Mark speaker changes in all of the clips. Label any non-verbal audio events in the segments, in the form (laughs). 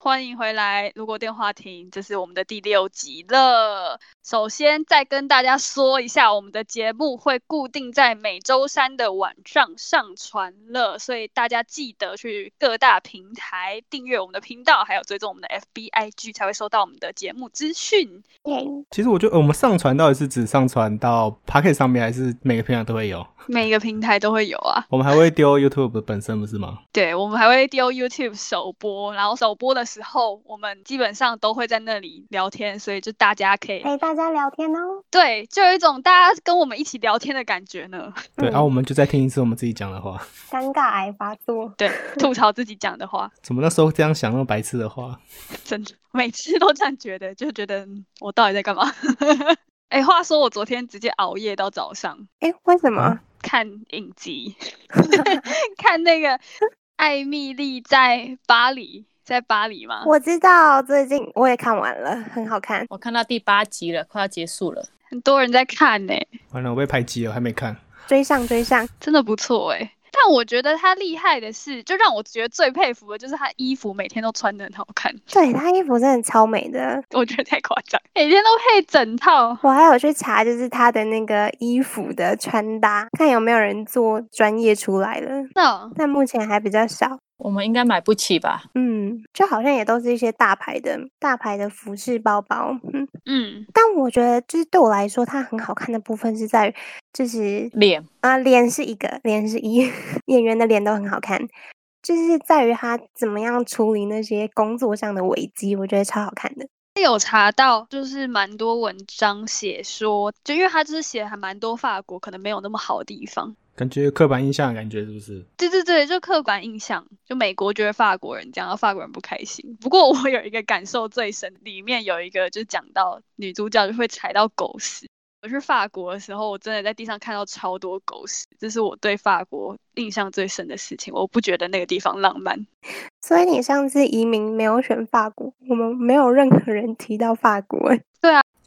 Speaker 1: 欢迎回来《如果电话亭》，这是我们的第六集了。首先，再跟大家说一下，我们的节目会固定在每周三的晚上上传了，所以大家记得去各大平台订阅我们的频道，还有追踪我们的 FBIG，才会收到我们的节目资讯。
Speaker 2: 耶！
Speaker 3: 其实我觉得呃我们上传到底是只上传到 Pocket 上面，还是每个平台都会有？
Speaker 1: 每个平台都会有啊。
Speaker 3: 我们还会丢 YouTube 本身不是吗？
Speaker 1: 对，我们还会丢 YouTube 首播，然后首播的时候，我们基本上都会在那里聊天，所以就大家可以
Speaker 4: 哎
Speaker 2: 陪大家聊天哦。
Speaker 1: 对，就有一种大家跟我们一起聊天的感觉呢。
Speaker 3: 对，啊
Speaker 2: 嗯
Speaker 3: 然后、我们就再听一次我们自己讲的话。
Speaker 2: 尴尬癌发作，
Speaker 1: 对，吐槽自己讲的话，
Speaker 3: 怎么那时候这样想那么白痴的话？
Speaker 1: 真的每次都这样觉得，就觉得嗯我到底在干嘛？ (laughs) 哎、话说我昨天直接熬夜到早上
Speaker 4: 哎，为什
Speaker 3: 嗯
Speaker 4: 么？
Speaker 1: 看影集， (laughs) 看那个艾米丽在巴黎，在巴黎吗？
Speaker 4: 我知道最近我也看完了，很好看。
Speaker 5: 我看到第八集了，快要结束了。
Speaker 1: 很多人在看呢、
Speaker 3: 完了，我被排挤了，还没看。
Speaker 4: 追上追上，
Speaker 1: 真的不错哎、但我觉得他厉害的是，就让我觉得最佩服的就是他衣服每天都穿的很好看，
Speaker 4: 对她衣服真的超美的。
Speaker 1: 我觉得太夸张，每天都配整套。
Speaker 4: 我还有去查，就是她的那个衣服的穿搭，看有没有人做专业出来了，
Speaker 1: 那
Speaker 4: 但目前还比较少。
Speaker 5: 我们应该买不起吧？
Speaker 4: 嗯，就好像也都是一些大牌的大牌的服饰包包。嗯，
Speaker 1: 嗯，
Speaker 4: 但我觉得就是对我来说，它很好看的部分是在于，就是
Speaker 5: 脸
Speaker 4: 啊，脸是一个，脸是一， (laughs) 演员的脸都很好看，就是在于他怎么样处理那些工作上的危机，我觉得超好看的。
Speaker 1: 有查到，就是蛮多文章写说，就因为他就是写还蛮多法国可能没有那么好的地方。
Speaker 3: 感觉刻板印象的感觉是不是？
Speaker 1: 对对对，就刻板印象，就美国觉得法国人这样，然后法国人不开心。不过我有一个感受最深，里面有一个就讲到女主角就会踩到狗屎。我去法国的时候，我真的在地上看到超多狗屎，这是我对法国印象最深的事情。我不觉得那个地方浪漫，
Speaker 4: 所以你上次移民没有选法国，我们没有任何人提到法国欸，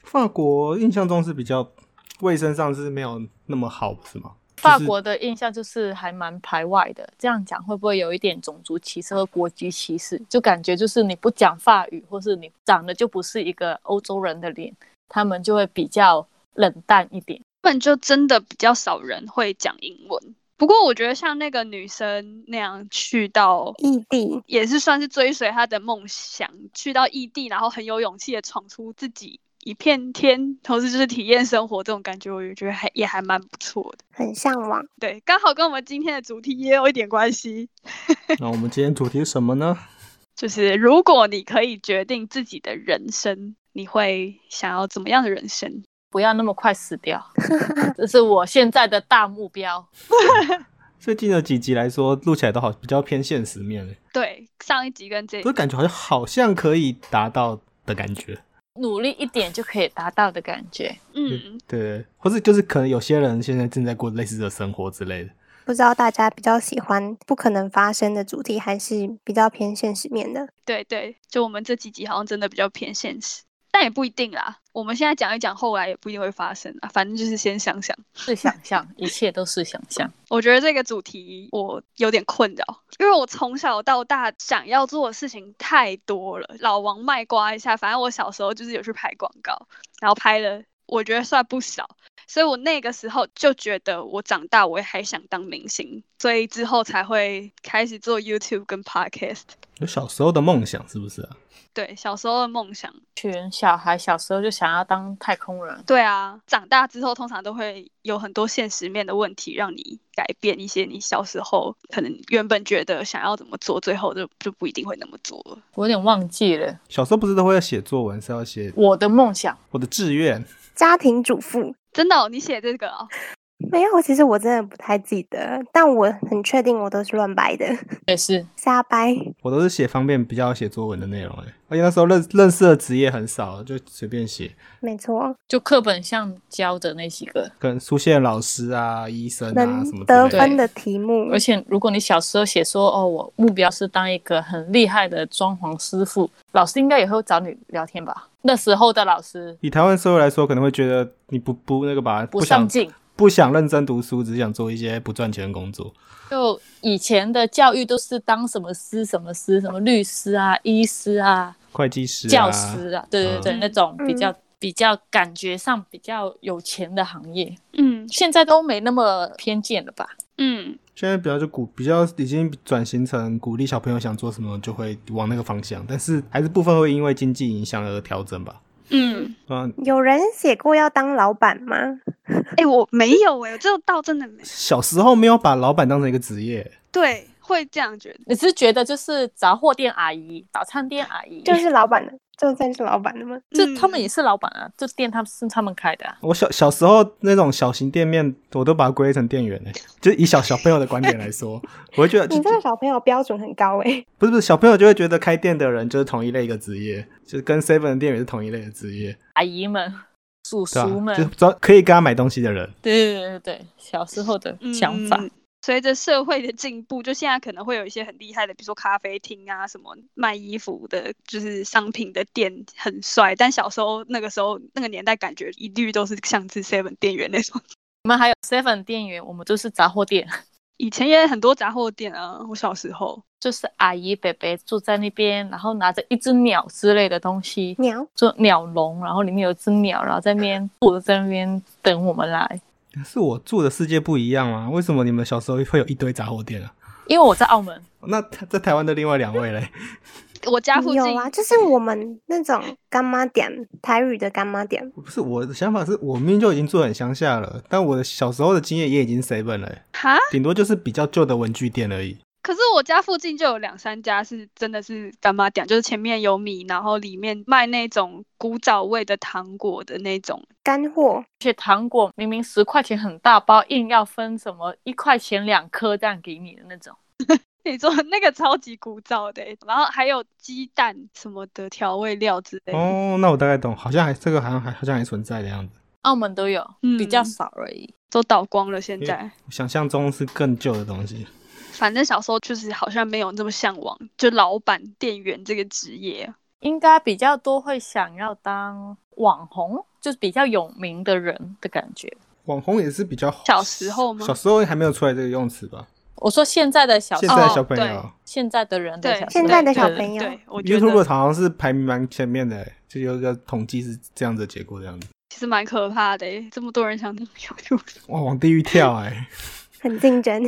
Speaker 3: 法国印象中是比较卫生上是没有那么好，不是吗？
Speaker 5: 法国的印象就是还蛮排外的，这样讲会不会有一点种族歧视和国籍歧视？就感觉就是你不讲法语，或是你长得就不是一个欧洲人的脸，他们就会比较冷淡一点。
Speaker 1: 他们就真的比较少人会讲英文。不过我觉得像那个女生那样去到
Speaker 4: 异地。
Speaker 1: 也是算是追随他的梦想，去到异地，然后很有勇气的闯出自己一片天，同时就是体验生活这种感觉，我也觉得还也还蛮不错的。
Speaker 4: 很向往，
Speaker 1: 对，刚好跟我们今天的主题也有一点关系，
Speaker 3: 那我们今天主题是什么呢？
Speaker 1: 就是如果你可以决定自己的人生，你会想要怎么样的人生？
Speaker 5: 不要那么快死掉，这是我现在的大目标。
Speaker 3: 最近的几集来说，录起来都好比较偏现实面诶，
Speaker 1: 对，上一集跟这
Speaker 3: 就感觉好像好像可以达到的感觉。
Speaker 5: 努力一点就可以达到的感觉。
Speaker 1: 嗯，
Speaker 3: 对，或是就是可能有些人现在正在过类似的生活之类的。
Speaker 4: 不知道大家比较喜欢不可能发生的主题，还是比较偏现实面的？
Speaker 1: 对对，就我们这几集好像真的比较偏现实，但也不一定啦。我们现在讲一讲，后来也不一定会发生啊。反正就是先想想。
Speaker 5: 是想象，一切都是想象。 (laughs)
Speaker 1: 我觉得这个主题我有点困扰，因为我从小到大想要做的事情太多了。老王卖瓜一下，反正我小时候就是有去拍广告，然后拍了，我觉得算不少。所以我那个时候就觉得，我长大我也还想当明星，所以之后才会开始做 YouTube 跟 Podcast。
Speaker 3: 有小时候的梦想是不是啊？
Speaker 1: 对，小时候的梦想。
Speaker 5: 群小孩小时候就想要当太空人，
Speaker 1: 对啊，长大之后通常都会有很多现实面的问题，让你改变一些你小时候可能原本觉得想要怎么做，最后就就不一定会那么做了。
Speaker 5: 我有点忘记了
Speaker 3: 小时候不是都会要写作文，是要写
Speaker 5: 我的梦想。
Speaker 3: 我的志愿。
Speaker 4: 家庭主妇，
Speaker 1: 真的哦、你写这个哦，
Speaker 4: 没有，其实我真的不太记得，但我很确定我都是乱掰的，
Speaker 5: 也是
Speaker 4: 瞎掰。
Speaker 3: 我都是写方便比较写作文的内容哎，而且那时候认认识的职业很少，就随便写，
Speaker 4: 没错，
Speaker 5: 就课本上教的那几个。
Speaker 3: 可能出现老师啊、医生啊什么
Speaker 4: 能
Speaker 3: 之
Speaker 4: 得
Speaker 3: 类的。
Speaker 4: 分的题目
Speaker 5: 而，且如果你小时候写说哦，我目标是当一个很厉害的装潢师傅，老师应该也会找你聊天吧？那时候的老师
Speaker 3: 以台湾社会来说，可能会觉得你不不那个吧，
Speaker 5: 不
Speaker 3: 想
Speaker 5: 上进，
Speaker 3: 不想认真读书，只想做一些不赚钱的工作。
Speaker 5: 就以前的教育都是当什么师、什么师、什么律师啊、医师啊、
Speaker 3: 会计师、啊、
Speaker 5: 教师啊，对对对，
Speaker 1: 嗯
Speaker 5: 那种比较、
Speaker 4: 嗯
Speaker 5: 比较感觉上比较有钱的行业，
Speaker 1: 嗯
Speaker 5: 现在都没那么偏见了吧？
Speaker 1: 嗯，
Speaker 3: 现在比较就鼓比较已经转型成鼓励小朋友想做什么就会往那个方向，但是还是部分会因为经济影响而调整吧。
Speaker 1: 嗯，
Speaker 3: 嗯，
Speaker 4: 有人写过要当老板吗？
Speaker 1: 哎、我没有哎、这倒真的没有。
Speaker 3: 小时候没有把老板当成一个职业，
Speaker 1: 对，会这样觉得。
Speaker 5: 你是觉得就是杂货店阿姨、早餐店阿姨，
Speaker 4: 就是老板的，就算是老板的吗？
Speaker 5: 就他们
Speaker 1: 嗯
Speaker 5: 也是老板啊，这店他们是他们开的、啊。
Speaker 3: 我小小时候那种小型店面，我都把它归类成店员诶、 (laughs) 就以小小朋友的观点来说， (laughs) 我会觉得
Speaker 4: 你这个小朋友标准很高哎、
Speaker 3: 不是不是小朋友就会觉得开店的人就是同一类一个职业，就是跟 seven 的店员是同一类的职业，
Speaker 5: 阿姨们、叔
Speaker 3: 对吧、啊
Speaker 5: 叔们，
Speaker 3: 就是只要可以跟他买东西的人，
Speaker 5: 对对对对，小时候的想法。
Speaker 1: 嗯随着社会的进步，就现在可能会有一些很厉害的，比如说咖啡厅啊，什么卖衣服的，就是商品的店很帅。但小时候那个时候那个年代，感觉一律都是像是 Seven 店员那种。 (laughs)
Speaker 5: 我们还有 Seven 店员，我们都是杂货店， (laughs)
Speaker 1: 以前也很多杂货店啊，我小时候。
Speaker 5: 就是阿姨、伯伯坐在那边，然后拿着一只鸟之类的东西，
Speaker 4: 鸟
Speaker 5: 做鸟笼，然后里面有只鸟，然后在那边坐在那边等我们来。
Speaker 3: 是我住的世界不一样啊吗？为什么你们小时候会有一堆杂货店啊？
Speaker 5: 因为我在澳门，
Speaker 3: (laughs) 那在台湾的另外两位嘞，
Speaker 1: 我家附近
Speaker 4: 有啊，就是我们那种干妈点，台语的干妈点，
Speaker 3: (laughs) 不是我的想法是，我明明就已经住得很乡下了，但我的小时候的经验也已经 seven 了、欸
Speaker 1: 哈，
Speaker 3: 顶多就是比较旧的文具店而已。
Speaker 1: 可是我家附近就有两三家是真的是干妈店，就是前面有米，然后里面卖那种古早味的糖果的那种。
Speaker 4: 干货
Speaker 5: 而且糖果明明十块钱很大包，硬要分什么一块钱两颗这样给你的那种。
Speaker 1: (laughs) 你说那个超级古早的欸、然后还有鸡蛋什么的调味料之类的。
Speaker 3: 哦，那我大概懂，好像还这个好像还好像还存在的样子。
Speaker 5: 澳门都有，
Speaker 1: 嗯
Speaker 5: 比较少而已。
Speaker 1: 都倒光了。现
Speaker 3: 诶
Speaker 1: 在，
Speaker 3: 我想象中是更旧的东西。
Speaker 1: 反正小时候就是好像没有那么向往，就老板、店员这个职业。啊
Speaker 5: 应该比较多会想要当网红，就是比较有名的人的感觉。
Speaker 3: 网红也是比较
Speaker 1: 小时候吗
Speaker 3: 小时候还没有出来这个用词吧？
Speaker 5: 我说现在的小
Speaker 3: 现在的小
Speaker 1: 哦
Speaker 3: 朋友、
Speaker 1: 对
Speaker 5: 现在的人的
Speaker 1: 对
Speaker 5: 小，
Speaker 4: 现在的
Speaker 5: 对
Speaker 4: 小
Speaker 5: 对
Speaker 4: 朋友
Speaker 1: 对，我觉
Speaker 3: YouTube
Speaker 1: 得
Speaker 3: 好像是排名蛮前面的、欸就有一个统计是这样子的结果，这样子。
Speaker 1: 其实蛮可怕的欸，这么多人想当 YouTube。
Speaker 3: 哇，往地狱跳哎、
Speaker 4: 很竞争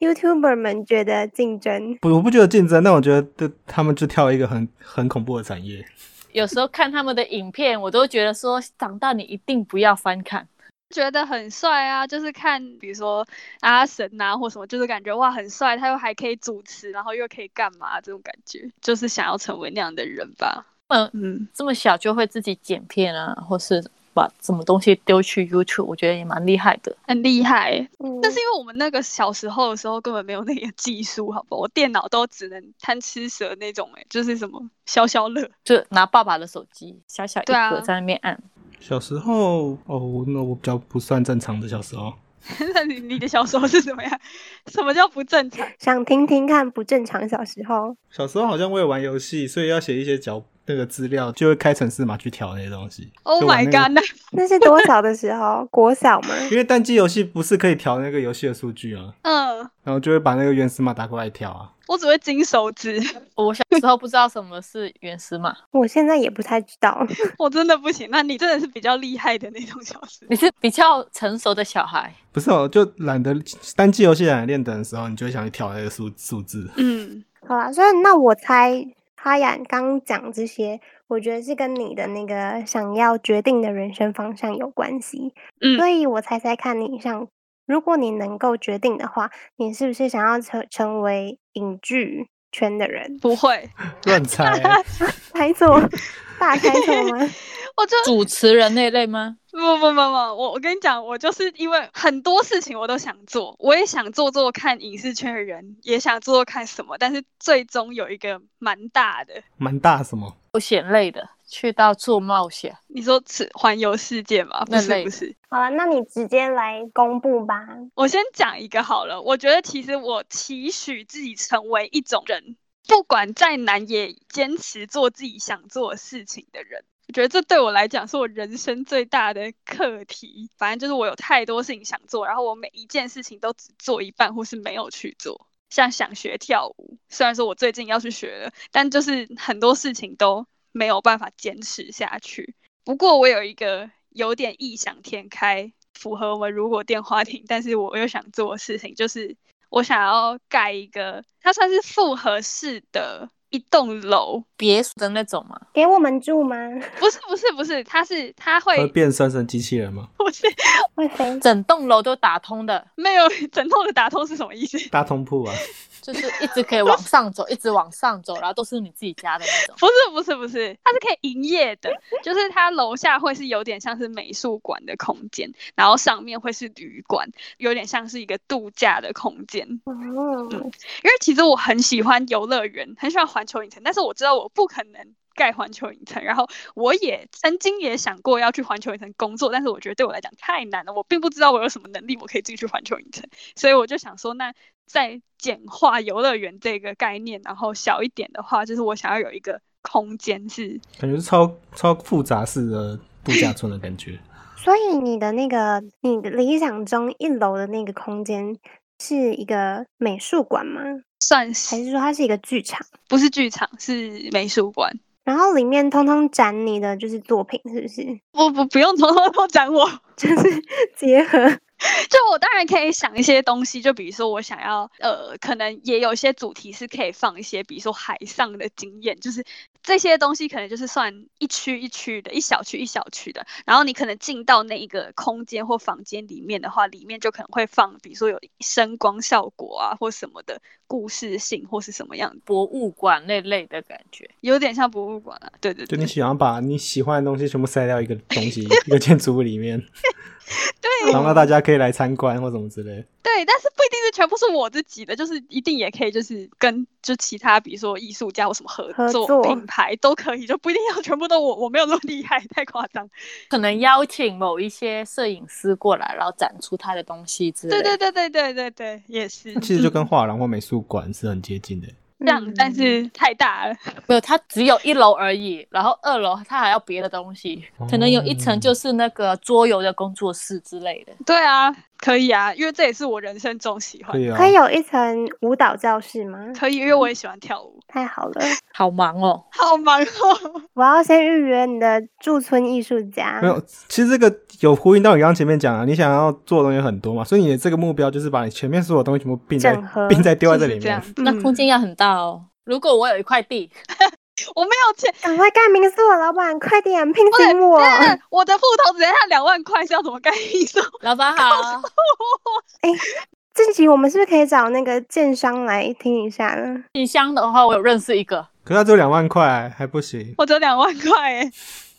Speaker 4: ，YouTuber 们觉得竞争
Speaker 3: 不，我不觉得竞争，但我觉得他们就跳一个很很恐怖的产业。
Speaker 5: 有时候看他们的影片，我都觉得说，长大你一定不要翻看。
Speaker 1: (laughs) 觉得很帅啊，就是看比如说阿神啊或什么，就是感觉哇很帅，他又还可以主持，然后又可以干嘛这种感觉，就是想要成为那样的人吧。
Speaker 5: 嗯
Speaker 1: 嗯，
Speaker 5: 这么小就会自己剪片啊，或是把什么东西丢去 YouTube，我觉得也蛮厉害的。
Speaker 1: 很厉害欸。
Speaker 4: 嗯，
Speaker 1: 但是因为我们那个小时候的时候根本没有那个技术，好不好？我电脑都只能贪吃蛇那种、欸，就是什么消消乐， (laughs)
Speaker 5: 就拿爸爸的手机，小小一
Speaker 1: 对啊
Speaker 5: 个在那边按，
Speaker 3: 小时候哦，那我比较不算正常的小时候。
Speaker 1: 那你你的小时候是怎么样？ (laughs) 什么叫不正常？
Speaker 4: 想听听看不正常小时候，
Speaker 3: 小时候好像为了玩游戏，所以要写一些脚那个资料，就会开城市码去调那些东西。
Speaker 1: Oh
Speaker 3: 就
Speaker 1: my
Speaker 3: 玩那个
Speaker 1: god！那
Speaker 4: 那是多小的时候？国小吗？
Speaker 3: 因为单机游戏不是可以调那个游戏的数据啊，
Speaker 1: 嗯，
Speaker 3: 然后就会把那个原始码打过来调啊。
Speaker 1: 我只会金手指， (laughs)
Speaker 5: 我小时候不知道什么是原始码，
Speaker 4: 我现在也不太知道，
Speaker 1: 我真的不行。那你真的是比较厉害的那种小时候 (laughs)
Speaker 5: 你是比较成熟的小孩，
Speaker 3: 不是哦，就懒得单机游戏懒得练等的时候，你就会想去调那个数数字。
Speaker 1: 嗯，
Speaker 4: 好啦，所以那我猜哈雅刚讲这些，我觉得是跟你的那个想要决定的人生方向有关系。
Speaker 1: 嗯
Speaker 4: 所以我猜猜看你想，如果你能够决定的话，你是不是想要成成为影剧圈的人？
Speaker 1: 不会，
Speaker 3: 乱猜、啊
Speaker 4: 猜错，大猜错吗？
Speaker 1: 我就
Speaker 5: 主持人那类吗？
Speaker 1: 不不不不，我我跟你讲，我就是因为很多事情我都想做，我也想做做看影视圈的人，也想做做看什么，但是最终有一个蛮大的，
Speaker 3: 蛮大什么？
Speaker 5: 冒险类的，去到处冒险。
Speaker 1: 你说是环游世界吗？不
Speaker 5: 那
Speaker 1: 是
Speaker 5: 类
Speaker 1: 不
Speaker 5: 的
Speaker 1: 是，
Speaker 4: 好了，那你直接来公布吧。
Speaker 1: 我先讲一个好了。我觉得其实我期许自己成为一种人，不管再难也坚持做自己想做的事情的人。我觉得这对我来讲是我人生最大的课题。反正就是我有太多事情想做，然后我每一件事情都只做一半，或是没有去做。像想学跳舞，虽然说我最近要去学了，但就是很多事情都没有办法坚持下去。不过我有一个有点异想天开，符合我们如果电话亭，但是我又想做的事情，就是我想要盖一个，它算是复合式的一栋楼，
Speaker 5: 别墅的那种嘛，
Speaker 4: 给我们住吗？
Speaker 1: 不是不是不是，它是它
Speaker 3: 会
Speaker 1: 会
Speaker 3: 变生成机器人吗？
Speaker 1: 不是
Speaker 4: 会飞？
Speaker 5: 整栋楼都打通的，
Speaker 1: 没有整栋的打通是什么意思？
Speaker 3: 大通铺啊，
Speaker 5: 就是一直可以往上走，一 (laughs) 直往上走，然后都是你自己家的那种。
Speaker 1: 不是不是不是，它是可以营业的，就是它楼下会是有点像是美术馆的空间，然后上面会是旅馆，有点像是一个度假的空间。
Speaker 4: 嗯，
Speaker 1: 因为其实我很喜欢游乐园，很喜欢环球影城，但是我知道我不可能盖环球影城。然后我也曾经也想过要去环球影城工作，但是我觉得对我来讲太难了，我并不知道我有什么能力我可以进去环球影城，所以我就想说，那再简化游乐园这个概念，然后小一点的话，就是我想要有一个空间是
Speaker 3: 感觉是超超复杂式的度假村的感觉。
Speaker 4: 所以你的那个你的理想中一楼的那个空间是一个美术馆吗？
Speaker 1: 算
Speaker 4: 还
Speaker 1: 是
Speaker 4: 是说它是一个剧场？
Speaker 1: 不是剧场，是美术馆。
Speaker 4: 然后里面通通展你的就是作品，是不是？
Speaker 1: 不不不用偷 (laughs) 偷偷讲我，
Speaker 4: 就是 (laughs) 结合
Speaker 1: 就我当然可以想一些东西，就比如说我想要，呃，可能也有一些主题是可以放一些，比如说海上的经验，就是这些东西可能就是算一区一区的，一小区一小区的。然后你可能进到那一个空间或房间里面的话，里面就可能会放，比如说有声光效果啊，或什么的故事性或是什么样，
Speaker 5: 博物馆那类的感觉，
Speaker 1: 有点像博物馆啊。对对
Speaker 3: 就
Speaker 1: 对
Speaker 3: 你，想要把你喜欢的东西全部塞到一个东
Speaker 1: (laughs)
Speaker 3: 西一个建筑物里面，
Speaker 1: 对
Speaker 3: 然后让大家可以来参观或什么之类。
Speaker 1: 对，但是不一定是全部是我自己的，就是一定也可以，就是跟就其他，比如说艺术家或什么合
Speaker 4: 合
Speaker 1: 作
Speaker 4: 作
Speaker 1: 品牌都可以，就不一定要全部都我，我没有那么厉害，太夸张。
Speaker 5: 可能邀请某一些摄影师过来，然后展出他的东西之类
Speaker 1: 对
Speaker 5: 的。
Speaker 1: 对对对对对对，也是。
Speaker 3: 那其实就
Speaker 1: 嗯
Speaker 3: 跟画廊或美术馆是很接近的。
Speaker 4: 嗯
Speaker 1: 这样，但是太大了。
Speaker 5: 没有，它只有一楼而已，然后二楼它还要别的东西，
Speaker 3: 哦
Speaker 5: 可能有一层就是那个桌游的工作室之类的。
Speaker 1: 对啊，可以啊，因为这也是我人生中喜欢
Speaker 3: 对
Speaker 1: 的。
Speaker 3: 啊，
Speaker 4: 可以有一层舞蹈教室吗？
Speaker 1: 可以，因为我也喜欢跳舞。
Speaker 4: 太好了，
Speaker 5: 好忙哦，
Speaker 1: 好忙哦！
Speaker 4: 我要先预约你的驻村艺术家。
Speaker 3: 没有，其实这个有呼应到你刚刚前面讲啊，你想要做的东西很多嘛，所以你的这个目标就是把你前面所有东西全部并在
Speaker 4: 整合
Speaker 3: 并在丢在
Speaker 1: 就
Speaker 3: 这
Speaker 1: 是
Speaker 3: 里
Speaker 1: 这
Speaker 3: 面
Speaker 1: 样。
Speaker 5: 那空
Speaker 4: 嗯
Speaker 5: 间要很大哦。如果我有一块地，
Speaker 1: 我没有钱，
Speaker 4: 赶快盖民宿啊，老板，快点聘
Speaker 1: 对
Speaker 4: 请我！哎、
Speaker 1: 但我的户头只剩下两万块，是要怎么盖艺术？
Speaker 5: 老板 (laughs) 好，哦
Speaker 4: 这集我们是不是可以找那个建商来听一下呢？
Speaker 5: 信箱的话我有认识一个，
Speaker 3: 可是它只有两万块，还不行。
Speaker 1: 我只有两万块欸耶，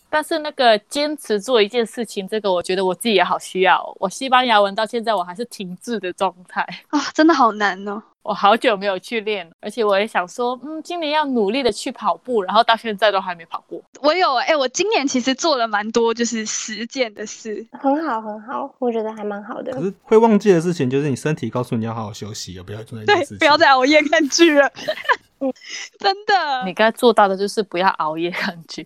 Speaker 5: 但是那个坚持做一件事情，这个我觉得我自己也好需要哦、我西班牙文到现在我还是停滞的状态，
Speaker 1: 啊，真的好难哦。
Speaker 5: 我好久没有去练了，而且我也想说，嗯，今年要努力的去跑步，然后到现在都还没跑过。
Speaker 1: 我有哎、我今年其实做了蛮多就是实践的事，
Speaker 4: 很好，很好，我觉得还蛮好的
Speaker 3: 可。是会忘记的事情就是你身体告诉你要好好休息，不要做那件
Speaker 1: 对
Speaker 3: 事情。，
Speaker 1: 不要再熬夜看剧
Speaker 3: (laughs)
Speaker 1: 了，真
Speaker 5: 你
Speaker 1: 的。
Speaker 5: 该做到的就是不要熬夜看剧，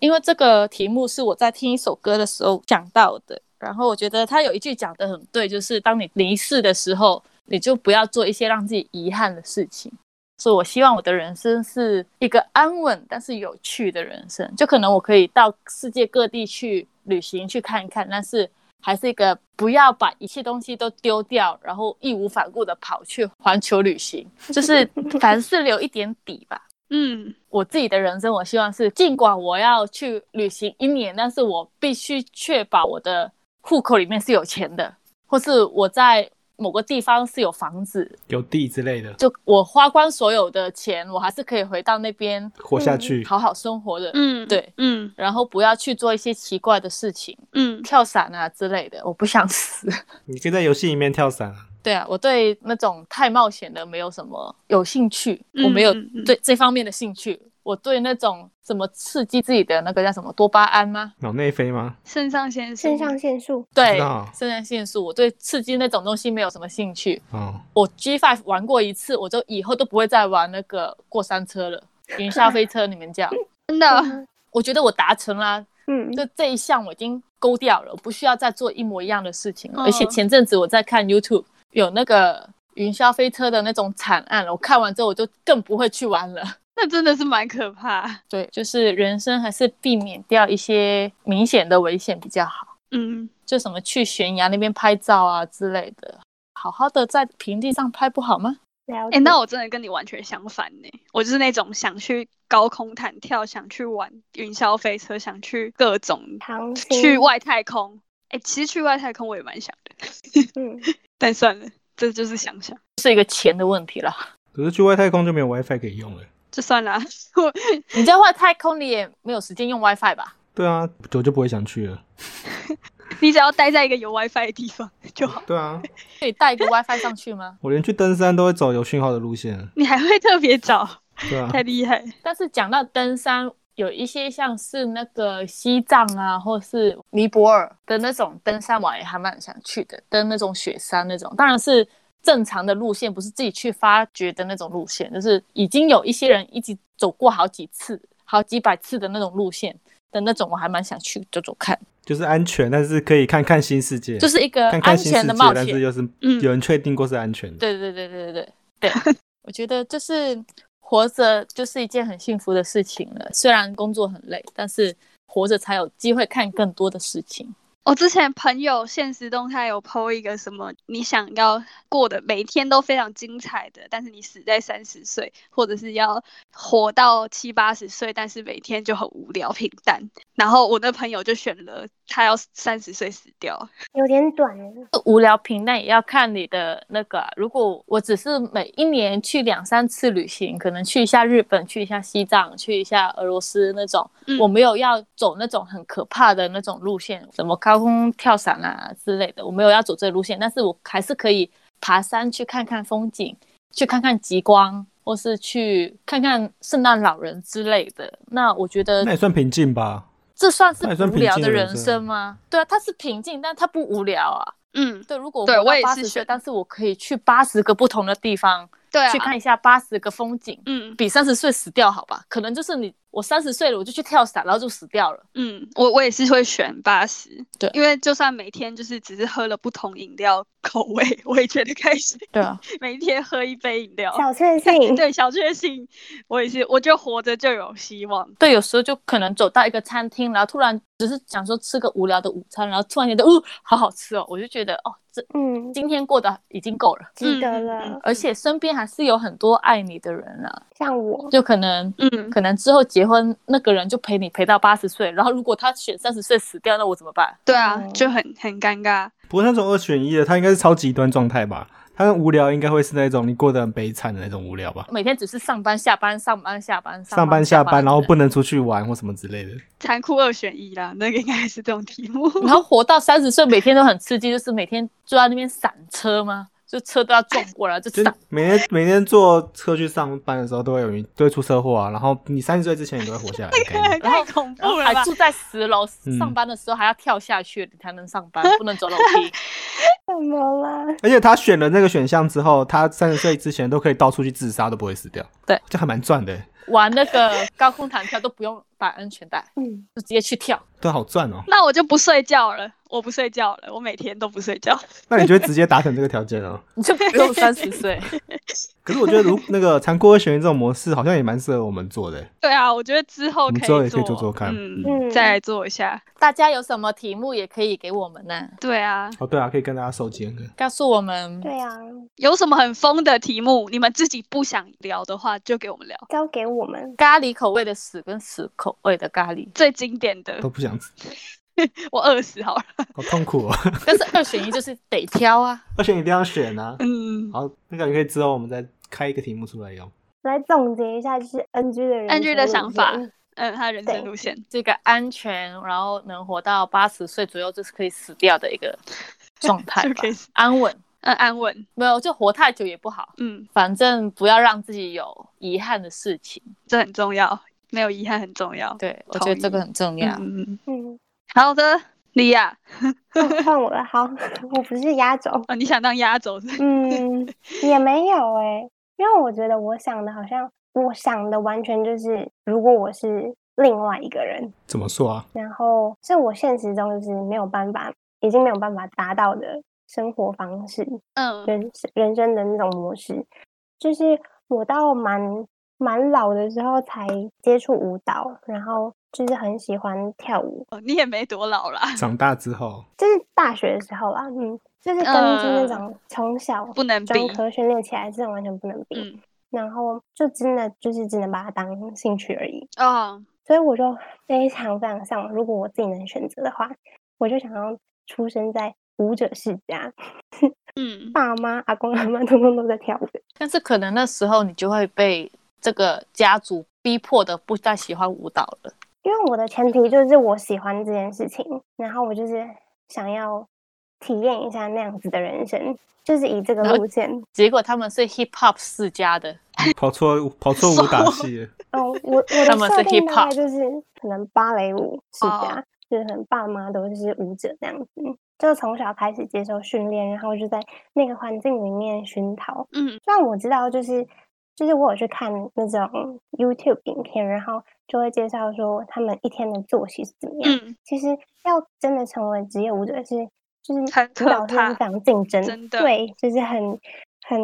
Speaker 5: 因为这个题目是我在听一首歌的时候想到的。然后我觉得他有一句讲的很对，就是当你离世的时候，你就不要做一些让自己遗憾的事情。所以我希望我的人生是一个安稳但是有趣的人生，就可能我可以到世界各地去旅行去看一看，但是还是一个不要把一切东西都丢掉，然后义无反顾的跑去环球旅行，就是凡事留一点底吧。
Speaker 1: 嗯，
Speaker 5: 我自己的人生，我希望是，尽管我要去旅行一年，但是我必须确保我的户口里面是有钱的，或是我在某个地方是有房子，
Speaker 3: 有地之类的，
Speaker 5: 就我花光所有的钱，我还是可以回到那边
Speaker 3: 活下去。
Speaker 5: 好好生活的。
Speaker 1: 嗯，
Speaker 5: 对，
Speaker 1: 嗯
Speaker 5: 然后不要去做一些奇怪的事情，
Speaker 1: 嗯，
Speaker 5: 跳伞啊之类的。我不想死。
Speaker 3: 你可以在游戏里面跳伞啊，
Speaker 5: 对啊，我对那种太冒险的没有什么有兴趣，我没有
Speaker 1: 嗯嗯嗯
Speaker 5: 对这方面的兴趣。我对那种什么刺激自己的那个叫什么多巴胺吗？
Speaker 3: 脑内飞吗？
Speaker 1: 肾上腺素
Speaker 4: 肾，上腺素
Speaker 5: 对
Speaker 3: 知道，
Speaker 5: 肾上腺素，我对刺激那种东西没有什么兴趣。
Speaker 3: 哦，
Speaker 5: 我 G Five 玩过一次，我就以后都不会再玩那个过山车了，云霄飞车你们叫。
Speaker 1: 真的， (laughs)
Speaker 5: 我觉得我达成啦，
Speaker 4: 嗯，
Speaker 5: 就这一项我已经勾掉了，不需要再做一模一样的事情了。
Speaker 1: 嗯
Speaker 5: 而且前阵子我在看 YouTube 有那个云霄飞车的那种惨案，我看完之后我就更不会去玩了。
Speaker 1: 那真的是蛮可怕。
Speaker 5: 对，就是人生还是避免掉一些明显的危险比较好，
Speaker 1: 嗯，
Speaker 5: 就什么去悬崖那边拍照啊之类的，好好的在平地上拍不好吗？
Speaker 4: 了
Speaker 1: 哎、
Speaker 4: 解。
Speaker 1: 那我真的跟你完全相反呢、我就是那种想去高空弹跳，想去玩云霄飞车，想去各种
Speaker 4: 糖心
Speaker 1: 去外太空。哎、其实去外太空我也蛮想的，
Speaker 4: 嗯，
Speaker 1: 但算了，这就是想想，
Speaker 5: 是一个钱的问题了。
Speaker 3: 可是去外太空就没有 WiFi 可以用了。
Speaker 1: 就算 (laughs) 了啊。我
Speaker 5: 你在外太空，你也没有时间用 WiFi 吧？
Speaker 3: 对啊，我就不会想去了。
Speaker 1: 你只要待在一个有 WiFi 的地方就好。
Speaker 3: 对啊，
Speaker 5: 可以带一个 WiFi 上去吗？
Speaker 3: 我连去登山都会走有讯号的路线。
Speaker 1: 你还会特别找，
Speaker 3: 对啊，
Speaker 1: 太厉害了。
Speaker 5: 但是讲到登山，有一些像是那个西藏啊，或是尼泊尔的那种登山，我也还蛮想去的，登那种雪山那种，当然是正常的路线，不是自己去发掘的那种路线，就是已经有一些人一起走过好几次、好几百次的那种路线的那种，我还蛮想去走走看，
Speaker 3: 就是安全，但是可以看看新世界，
Speaker 5: 就是一个
Speaker 3: 看
Speaker 5: 安
Speaker 3: 看新世
Speaker 5: 全
Speaker 3: 界
Speaker 5: 的，冒
Speaker 3: 但
Speaker 5: 险
Speaker 3: 是。又是
Speaker 1: 嗯
Speaker 3: 有人确定过是安全的。
Speaker 5: 对对对对对对对，我觉得就是活着就是一件很幸福的事情了。虽然工作很累，但是活着才有机会看更多的事情。
Speaker 1: 我之前朋友现实动态有 PO 一个什么，你想要过的每天都非常精彩的，但是你死在三十岁，或者是要活到七八十岁，但是每天就很无聊平淡。然后我那朋友就选了他要三十岁死掉，
Speaker 4: 有点短了。
Speaker 5: 无聊平淡也要看你的那个啊、如果我只是每一年去两三次旅行，可能去一下日本，去一下西藏，去一下俄罗斯那种，
Speaker 1: 嗯
Speaker 5: 我没有要走那种很可怕的那种路线，什么高空跳伞啊之类的，我没有要走这个路线，但是我还是可以爬山去看看风景，去看看极光，或是去看看圣诞老人之类的。那我觉得
Speaker 3: 那也算平静吧。
Speaker 5: 这算是
Speaker 3: 那也算
Speaker 5: 无聊
Speaker 3: 平
Speaker 5: 的
Speaker 3: 静的
Speaker 5: 人
Speaker 3: 人生
Speaker 5: 生吗？对啊，它是平静，但它不无聊啊。
Speaker 1: 嗯，
Speaker 5: 对，如果
Speaker 1: 对
Speaker 5: 活
Speaker 1: 我
Speaker 5: 到
Speaker 1: 也
Speaker 5: 八
Speaker 1: 是
Speaker 5: 十岁
Speaker 1: 选，
Speaker 5: 但是我可以去八十个不同的地方、
Speaker 1: 对啊，
Speaker 5: 去看一下八十个风景，
Speaker 1: 嗯
Speaker 5: 比三十岁死掉好吧？可能就是你，我三十岁了，我就去跳伞，然后就死掉了。
Speaker 1: 嗯，我我也是会选八十，
Speaker 5: 对
Speaker 1: 因为就算每天就是只是喝了不同饮料口味，我也觉得开心，
Speaker 5: 对啊，
Speaker 1: 每天喝一杯饮料。
Speaker 4: 小确幸，
Speaker 1: 对小确幸，我也是，我就活着就有希望。
Speaker 5: 对，有时候就可能走到一个餐厅，然后突然只是想说吃个无聊的午餐，然后突然觉得，哦，好好吃哦，我就觉得，哦，这
Speaker 4: 嗯，
Speaker 5: 今天过得已经够了。
Speaker 4: 值得
Speaker 1: 嗯嗯
Speaker 4: 了。
Speaker 5: 而且身边还是有很多爱你的人啊，
Speaker 4: 像我，
Speaker 5: 就可能，
Speaker 1: 嗯，
Speaker 5: 可能之后结婚那个人就陪你陪到八十岁，然后如果他选三十岁死掉，那我怎么办？
Speaker 1: 对啊，
Speaker 4: 嗯
Speaker 1: 就很很尴尬。
Speaker 3: 不过那种二选一的，它应该是超极端状态吧？它无聊应该会是那种你过得很悲惨的那种无聊吧？
Speaker 5: 每天只是上班下班上班下班
Speaker 3: 上班
Speaker 5: 下
Speaker 3: 下班，然后
Speaker 5: 对
Speaker 3: 不能出去玩或什么之类的。
Speaker 1: 残酷二选一啦，那个应该是这种题目。
Speaker 5: 然后活到三十岁，每天都很刺激，就是每天坐在那边闪车吗？就车都要撞过来，就
Speaker 3: 就
Speaker 5: 闪。
Speaker 3: 每天每天坐车去上班的时候，都会有人都会出车祸啊。然后你三十岁之前，你都会活下来的概念。
Speaker 5: 然后
Speaker 1: 太恐
Speaker 5: 然
Speaker 1: 怖
Speaker 5: 后
Speaker 1: 了吧
Speaker 5: 还！住在十楼，
Speaker 3: 嗯
Speaker 5: 上班的时候还要跳下去，你才能上班，不能走楼 (laughs) 梯。
Speaker 4: 怎么了？
Speaker 3: 而且他选了那个选项之后，他三十岁之前都可以到处去自杀，都不会死掉。
Speaker 5: 对，
Speaker 3: 这还蛮赚的欸，
Speaker 5: 玩那个高空弹跳都不用绑安全带，
Speaker 4: 嗯，
Speaker 5: 就直接去跳。
Speaker 3: 对，好赚哦。
Speaker 1: 那我就不睡觉了，我不睡觉了，我每天都不睡觉。
Speaker 3: 那你就会直接达成这个条件哦。
Speaker 5: 你就不用三十岁，
Speaker 3: 可是我觉得如那个残酷二选一这种模式，好像也蛮适合我们做的欸。
Speaker 1: (laughs) 对啊，我觉得之后
Speaker 3: 我
Speaker 1: 可
Speaker 3: 们
Speaker 1: 以
Speaker 3: 之后也可以做做看
Speaker 1: 嗯，
Speaker 4: 嗯
Speaker 1: 再来做一下。
Speaker 5: (laughs) 大家有什么题目也可以给我们呢、
Speaker 1: 对啊，
Speaker 3: 哦，对啊，可以跟大家收集那个。
Speaker 5: 告诉我们。
Speaker 4: 对啊，
Speaker 1: 有什么很疯的题目，你们自己不想聊的话，就给我们聊。
Speaker 4: 交给我们。
Speaker 5: 咖喱口味的屎跟屎口味的咖喱，
Speaker 1: 最经典的
Speaker 3: 都，不想吃，
Speaker 1: 我饿死好了。
Speaker 3: 好痛苦哦。
Speaker 5: 但是二选一就是得挑啊，
Speaker 3: 而且一定要选啊。
Speaker 1: 嗯
Speaker 3: 好，那感觉可以之后我们再开一个题目出来用。
Speaker 4: 来总结一下，就是 NG 的人
Speaker 1: NG 的
Speaker 4: 生
Speaker 1: 想
Speaker 4: 路
Speaker 1: 法
Speaker 4: 线
Speaker 1: 嗯，他的人生路线，
Speaker 5: 这个安全，然后能活到八十岁左右，就是可以死掉的
Speaker 1: (laughs)
Speaker 5: 一个状态
Speaker 1: 就
Speaker 5: 吧
Speaker 1: 可以死，
Speaker 5: 安稳。
Speaker 1: 嗯，安稳，
Speaker 5: 没有，就活太久也不好，
Speaker 1: 嗯，
Speaker 5: 反正不要让自己有遗憾的事情。
Speaker 1: 这很重要，没有遗憾很重要。
Speaker 5: 对，我
Speaker 1: 同
Speaker 5: 觉得这
Speaker 1: 意
Speaker 5: 个很重
Speaker 1: 嗯，
Speaker 5: 要。
Speaker 1: 嗯嗯
Speaker 4: 嗯，
Speaker 1: 好的，莉亚，
Speaker 4: 哦换我了，好，我不是压轴，
Speaker 1: 哦，你想当压轴是不是？
Speaker 4: 嗯，也没有哎、因为我觉得我想的好像我想的完全就是，如果我是另外一个人，
Speaker 3: 怎么说啊？
Speaker 4: 然后是我现实中就是没有办法，已经没有办法达到的生活方式，
Speaker 1: 嗯
Speaker 4: 人生人生的那种模式。就是我到蛮蛮老的时候才接触舞蹈，然后就是很喜欢跳舞，
Speaker 1: (laughs) 哦你也没多老啦，
Speaker 3: 长大之后，
Speaker 4: 就是大学的时候啦，嗯，就是根据那
Speaker 1: 嗯
Speaker 4: 种从小
Speaker 1: 不能比
Speaker 4: 专。科训练起来，这种完全不能比。
Speaker 1: 嗯，
Speaker 4: 然后就真的就是只能把它当兴趣而已。
Speaker 1: 哦，
Speaker 4: 所以我就非常非常向往，如果我自己能选择的话，我就想要出生在舞者世家，
Speaker 1: 嗯，
Speaker 4: 爸妈、阿公、阿妈 (laughs) 通通都在跳舞的。
Speaker 5: 但是可能那时候你就会被这个家族逼迫的不再喜欢舞蹈了。
Speaker 4: 因为我的前提就是我喜欢这件事情，然后我就是想要体验一下那样子的人生，就是以这个
Speaker 5: 然后
Speaker 4: 路线。
Speaker 5: 结果他们是 hip hop 世家的，
Speaker 3: 跑错跑错舞蹈系了，
Speaker 4: 哦，我我的
Speaker 5: 他们
Speaker 4: 设
Speaker 5: 是
Speaker 4: 定大概
Speaker 5: hip-hop
Speaker 4: 就是可能芭蕾舞世
Speaker 1: 哦
Speaker 4: 家，就是可能爸妈都是舞者这样子，就从小开始接受训练，然后就在那个环境里面熏陶。
Speaker 1: 嗯，
Speaker 4: 虽然我知道就是就是我有去看那种 YouTube 影片，然后就会介绍说他们一天的作息是怎么样。
Speaker 1: 嗯，
Speaker 4: 其实要真的成为职业舞者是就是
Speaker 1: 很
Speaker 4: 舞
Speaker 1: 可
Speaker 4: 蹈是
Speaker 1: 怕
Speaker 4: 非常竞争，
Speaker 1: 真的
Speaker 4: 对，就是很很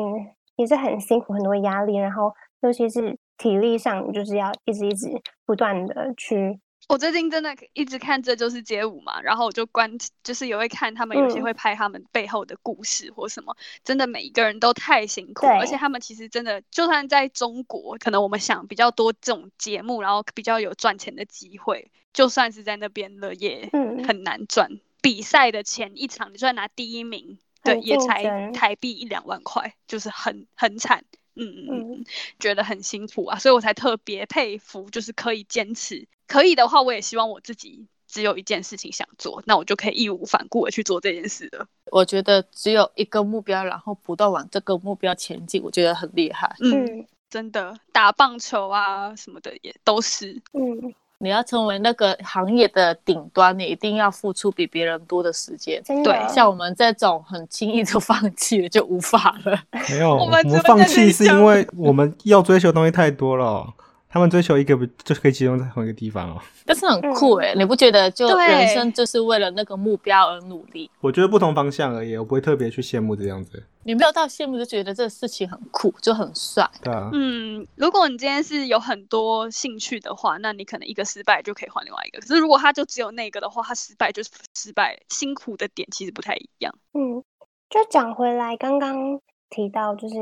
Speaker 4: 也是很辛苦，很多压力，然后尤其是体力上，就是要一直一直不断的去，
Speaker 1: 我最近真的一直看《这就是街舞》嘛，然后我就关，就是也会看他们有些
Speaker 4: 嗯
Speaker 1: 会拍他们背后的故事或什么，真的每一个人都太辛苦，
Speaker 4: 对
Speaker 1: 而且他们其实真的，就算在中国，可能我们想比较多这种节目，然后比较有赚钱的机会，就算是在那边了，也
Speaker 4: 嗯
Speaker 1: 很难赚。比赛的前一场，你就算拿第一名，
Speaker 4: 很
Speaker 1: 对，也
Speaker 4: 竞
Speaker 1: 才
Speaker 4: 争
Speaker 1: 台币一两万块，就是很很惨。嗯嗯嗯
Speaker 4: 嗯
Speaker 1: 嗯，觉得很辛苦啊，所以我才特别佩服，就是可以坚持。可以的话，我也希望我自己只有一件事情想做，那我就可以义无反顾的去做这件事了。
Speaker 5: 我觉得只有一个目标，然后不断往这个目标前进，我觉得很厉害。
Speaker 1: 嗯，
Speaker 4: 嗯
Speaker 1: 真的，打棒球啊什么的也都是。
Speaker 4: 嗯，
Speaker 5: 你要成为那个行业的顶端，你一定要付出比别人多的时间。
Speaker 4: 真
Speaker 1: 对
Speaker 4: 的
Speaker 5: 像我们这种很轻易就放弃了，就无法了。 (laughs)
Speaker 3: (laughs) 没有，
Speaker 1: 我
Speaker 3: 我
Speaker 1: 们只会
Speaker 3: 们放
Speaker 1: 在这
Speaker 3: 弃
Speaker 1: 里
Speaker 3: 是
Speaker 1: 讲
Speaker 3: 因为我们要追求的东西太多了哦、他们追求一个不就是可以集中在同一个地方哦。
Speaker 5: 但是很酷诶、你不觉得？就
Speaker 1: 对
Speaker 5: 人生就是为了那个目标而努力。
Speaker 3: 我觉得不同方向而已，我不会特别去羡慕这样子。
Speaker 5: 你没有到羡慕，就觉得这事情很酷，就很帅。
Speaker 3: 对啊，
Speaker 1: 嗯，如果你今天是有很多兴趣的话，那你可能一个失败就可以换另外一个。可是如果他就只有那个的话，他失败就是失败，辛苦的点其实不太一样。
Speaker 4: 嗯，就讲回来，刚刚提到就是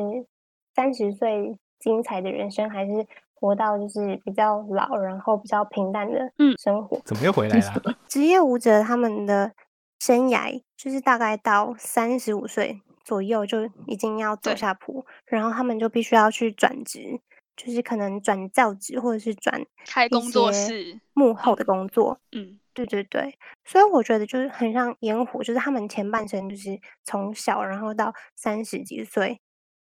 Speaker 4: 三十岁精彩的人生，还是活到就是比较老，然后比较平淡的
Speaker 1: 嗯
Speaker 4: 生活。
Speaker 3: 怎么又回来
Speaker 4: (laughs)
Speaker 3: 啦？
Speaker 4: 职业舞者他们的生涯就是大概到三十五岁左右就已经要走
Speaker 1: 对
Speaker 4: 下坡，然后他们就必须要去转职，就是可能转教职或者是转
Speaker 1: 开
Speaker 4: 一
Speaker 1: 工作
Speaker 4: 些
Speaker 1: 室，
Speaker 4: 幕后的工作。
Speaker 1: 嗯，
Speaker 4: 对对对，所以我觉得就是很像烟火，就是他们前半生就是从小然后到三十几岁，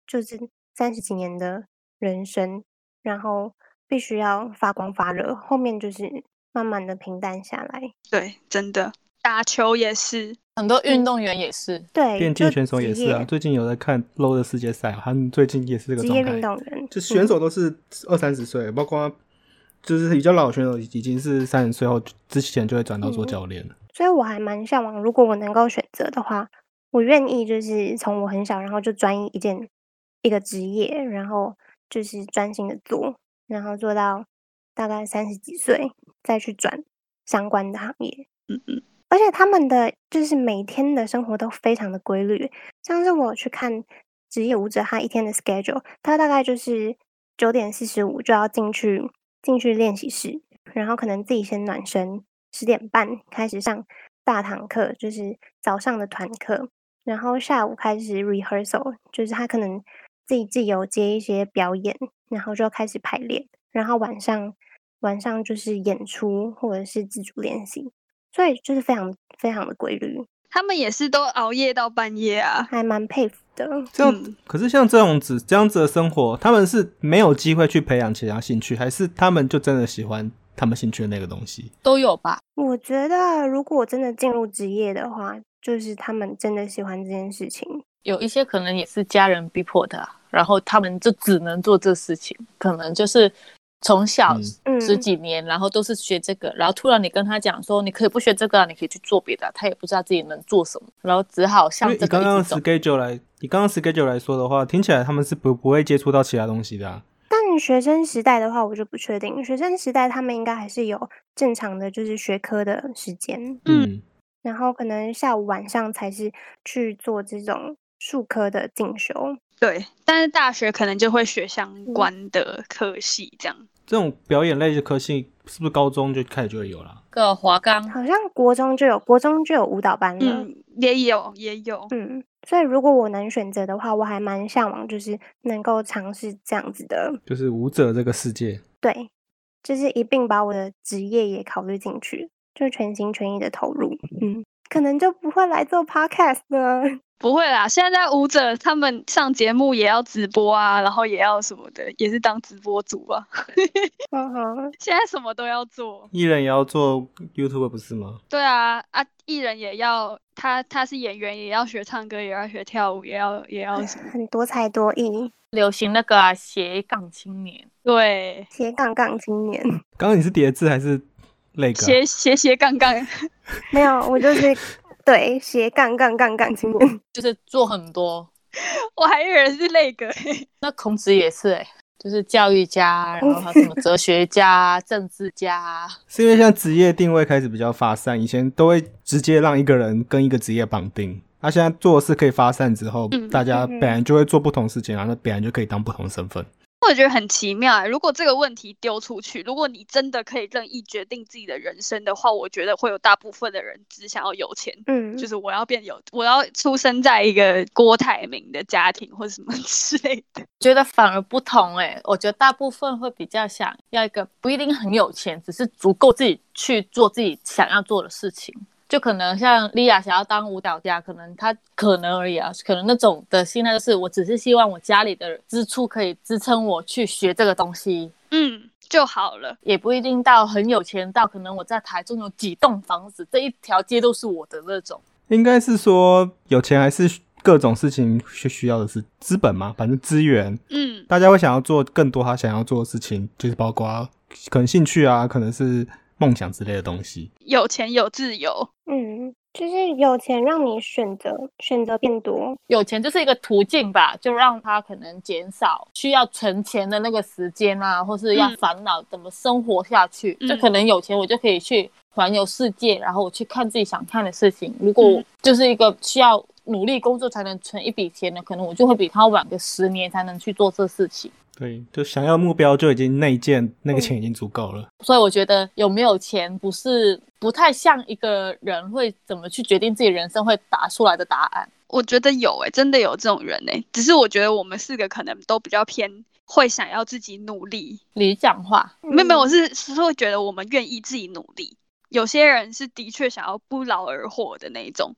Speaker 4: 就是三十几年的人生，然后必须要发光发热，后面就是慢慢的平淡下来。
Speaker 1: 对，真的，打球也是，
Speaker 5: 很多运动员也是，
Speaker 4: 对，
Speaker 3: 电
Speaker 4: 就
Speaker 3: 竞选手也
Speaker 4: 职
Speaker 3: 是啊，
Speaker 4: 业
Speaker 3: 最近有在看 LOL 的世界赛、啊，他们最近也是这个
Speaker 4: 职
Speaker 3: 状
Speaker 4: 业
Speaker 3: 态
Speaker 4: 运。动员，
Speaker 3: 就
Speaker 4: 嗯
Speaker 3: 选手都是二三十岁，包括就是比较老的选手已经是三十岁后之前就会转到
Speaker 4: 嗯
Speaker 3: 做教练了。
Speaker 4: 所以我还蛮向往，如果我能够选择的话，我愿意就是从我很小，然后就专一一件一个职业，然后就是专心的做，然后做到大概三十几岁再去转相关的行业。
Speaker 1: 嗯嗯，
Speaker 4: 而且他们的就是每天的生活都非常的规律，像是我有去看职业舞者他一天的 schedule，他大概就是九点四十五就要进去进去练习室，然后可能自己先暖身，十点半开始上大堂课，就是早上的团课，然后下午开始 rehearsal，就是他可能自己自由接一些表演，然后就要开始排练，然后晚上晚上就是演出或者是自主练习，所以就是非常非常的规律，
Speaker 1: 他们也是都熬夜到半夜啊。
Speaker 4: 还蛮佩服的。
Speaker 3: 这样，
Speaker 1: 嗯
Speaker 3: 可是像这种子这样子的生活，他们是没有机会去培养其他兴趣，还是他们就真的喜欢他们兴趣的那个东西？
Speaker 5: 都有吧？
Speaker 4: 我觉得如果真的进入职业的话，就是他们真的喜欢这件事情，
Speaker 5: 有一些可能也是家人逼迫的啊、然后他们就只能做这事情，可能就是从小
Speaker 4: 嗯
Speaker 5: 十几年，然后都是学这个，然后突然你跟他讲说，你可以不学这个、啊，你可以去做别的啊、他也不知道自己能做什么，然后只好
Speaker 3: 因
Speaker 5: 向
Speaker 3: 为
Speaker 5: 这
Speaker 3: 你
Speaker 5: 个
Speaker 3: 刚刚
Speaker 5: 一直走。
Speaker 3: schedule 来，你刚刚 schedule 来说的话，听起来他们是不不会接触到其他东西的、啊。
Speaker 4: 但学生时代的话，我就不确定。学生时代他们应该还是有正常的，就是学科的时间，
Speaker 1: 嗯
Speaker 3: 嗯，
Speaker 4: 然后可能下午晚上才是去做这种术科的进修。
Speaker 1: 对，嗯但是大学可能就会学相关的科系这样。
Speaker 3: 这种表演类的科系是不是高中就开始就会有了？啊
Speaker 5: 个华冈
Speaker 4: 好像国中就有，国中就有舞蹈班了。
Speaker 1: 嗯，也有也有，
Speaker 4: 嗯，所以如果我能选择的话，我还蛮向往，就是能够尝试这样子的。
Speaker 3: 就是舞者这个世界，
Speaker 4: 对，就是一并把我的职业也考虑进去，就全心全意的投入。嗯，可能就不会来做 podcast 了。 (laughs)
Speaker 1: 不会啦。现在舞者他们上节目也要直播啊，然后也要什么的，也是当直播主啊。 (laughs)
Speaker 4: 嗯哼，
Speaker 1: 现在什么都要做。
Speaker 3: 艺人也要做 YouTube 不是吗？
Speaker 1: 对啊，啊，艺人也要他他是演员，也要学唱歌，也要学跳舞，也要也要什么。
Speaker 4: 很多才多艺，
Speaker 5: 流行那个啊，斜杠青年，
Speaker 1: 对，
Speaker 4: 斜杠杠青年。
Speaker 3: 刚刚你是叠字还是那个啊？
Speaker 1: 斜斜斜杠 (laughs) 杠。
Speaker 4: 没有，我就是
Speaker 1: (laughs)
Speaker 4: 对斜杠杠杠杠青年。
Speaker 5: 就是做很多。
Speaker 1: 我还以为是那个、 (laughs)
Speaker 5: 那孔子也是哎、就是教育家，然后还有什么哲学家、政治家，啊
Speaker 3: 是因为现在职业定位开始比较发散，以前都会直接让一个人跟一个职业绑定。他、现在做的事可以发散之后，
Speaker 1: 嗯
Speaker 3: 大家
Speaker 4: 嗯哼
Speaker 3: 本来就会做不同事情啊，那本来就可以当不同身份。
Speaker 1: 我觉得很奇妙、欸。如果这个问题丢出去，如果你真的可以任意决定自己的人生的话，我觉得会有大部分的人只想要有钱，
Speaker 4: 嗯，
Speaker 1: 就是我要变有，我要出生在一个郭台铭的家庭或什么 (laughs) 之类的。
Speaker 5: 觉得反而不同哎、我觉得大部分会比较想要一个不一定很有钱，只是足够自己去做自己想要做的事情。就可能像莉亚想要当舞蹈家，可能她可能而已啊，可能那种的心态就是，我只是希望我家里的支出可以支撑我去学这个东西，
Speaker 1: 嗯，就好了。
Speaker 5: 也不一定到很有钱到可能我在台中有几栋房子，这一条街都是我的那种。
Speaker 3: 应该是说有钱还是各种事情需需要的是资本嘛，反正资源，
Speaker 1: 嗯，
Speaker 3: 大家会想要做更多他想要做的事情，就是包括可能兴趣啊，可能是梦想之类的东西。
Speaker 1: 有钱有自由。
Speaker 4: 嗯，就是有钱让你选择，选择变多。
Speaker 5: 有钱就是一个途径吧，就让他可能减少需要存钱的那个时间啊，或是要
Speaker 1: 嗯
Speaker 5: 烦恼怎么生活下去。
Speaker 1: 嗯
Speaker 5: 就可能有钱，我就可以去环游世界，然后我去看自己想看的事情。如果我
Speaker 1: 嗯
Speaker 5: 就是一个需要努力工作才能存一笔钱的，可能我就会比他晚个十年才能去做这事情。
Speaker 3: 对，就想要目标就已经内建，那个钱已经足够了。
Speaker 5: 所以我觉得有没有钱不是不太像一个人会怎么去决定自己人生会答出来的答案。
Speaker 1: 我觉得有诶、真的有这种人诶、只是我觉得我们四个可能都比较偏会想要自己努力，
Speaker 5: 理讲话，
Speaker 1: 没有没有，我
Speaker 4: 嗯
Speaker 1: 是是会觉得我们愿意自己努力。有些人是的确想要不劳而获的那一种，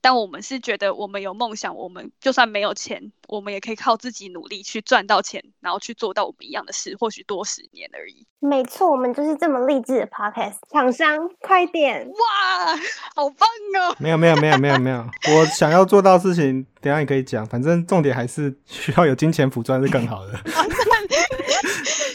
Speaker 1: 但我们是觉得我们有梦想，我们就算没有钱，我们也可以靠自己努力去赚到钱，然后去做到我们一样的事，或许多十年而已。
Speaker 4: 没错，我们就是这么励志的 podcast。厂商，快点！
Speaker 1: 哇，好棒哦！
Speaker 3: 没有没有没有没有没有，我想要做到的事情，等一下也可以讲。反正重点还是需要有金钱辅助是更好的。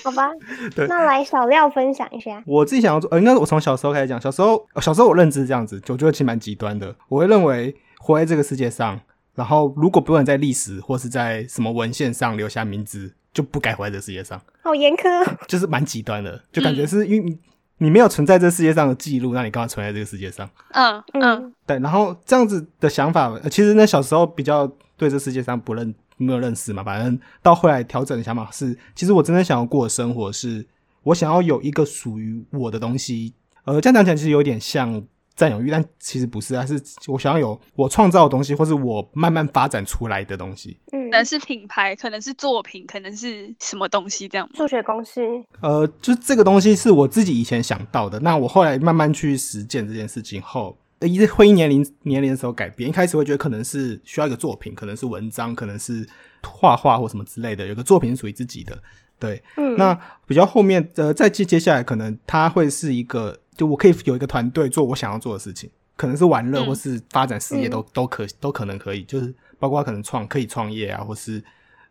Speaker 4: 好
Speaker 1: (laughs)
Speaker 4: 吧
Speaker 3: 对，
Speaker 4: 那来小廖分享一下。
Speaker 3: 我自己想要做，呃，应该是我从小时候开始讲。小时候，小时候我认知是这样子，我觉得其实蛮极端的。我会认为活在这个世界上，然后如果不能在历史或是在什么文献上留下名字，就不该活在这个世界上，
Speaker 4: 好严苛，
Speaker 3: 就是蛮极端的，就感觉是因为你你没有存在这世界上的记录，那你干嘛存在这个世界上？
Speaker 1: 嗯嗯，
Speaker 4: 嗯，
Speaker 3: 对，然后这样子的想法，呃其实呢，小时候比较对这世界上不认没有认识嘛，反正到后来调整的想法是，其实我真正想要过的生活是，我想要有一个属于我的东西，呃，这样讲起来其实有点像占有欲，但其实不是啊，是我想要有我创造的东西，或是我慢慢发展出来的东西。
Speaker 4: 嗯，
Speaker 1: 能是品牌，可能是作品，可能是什么东西这样吗？
Speaker 4: 数学公式，
Speaker 3: 呃，就是这个东西是我自己以前想到的，那我后来慢慢去实践这件事情后，呃一会因年龄年龄的时候改变。一开始会觉得可能是需要一个作品，可能是文章，可能是画画或什么之类的，有个作品是属于自己的。对，
Speaker 4: 嗯，
Speaker 3: 那比较后面，呃，再接接下来，可能它会是一个，就我可以有一个团队做我想要做的事情，可能是玩乐
Speaker 1: 嗯
Speaker 3: 或是发展事业都、都可都可能可以，就是包括可能创可以创业啊，或是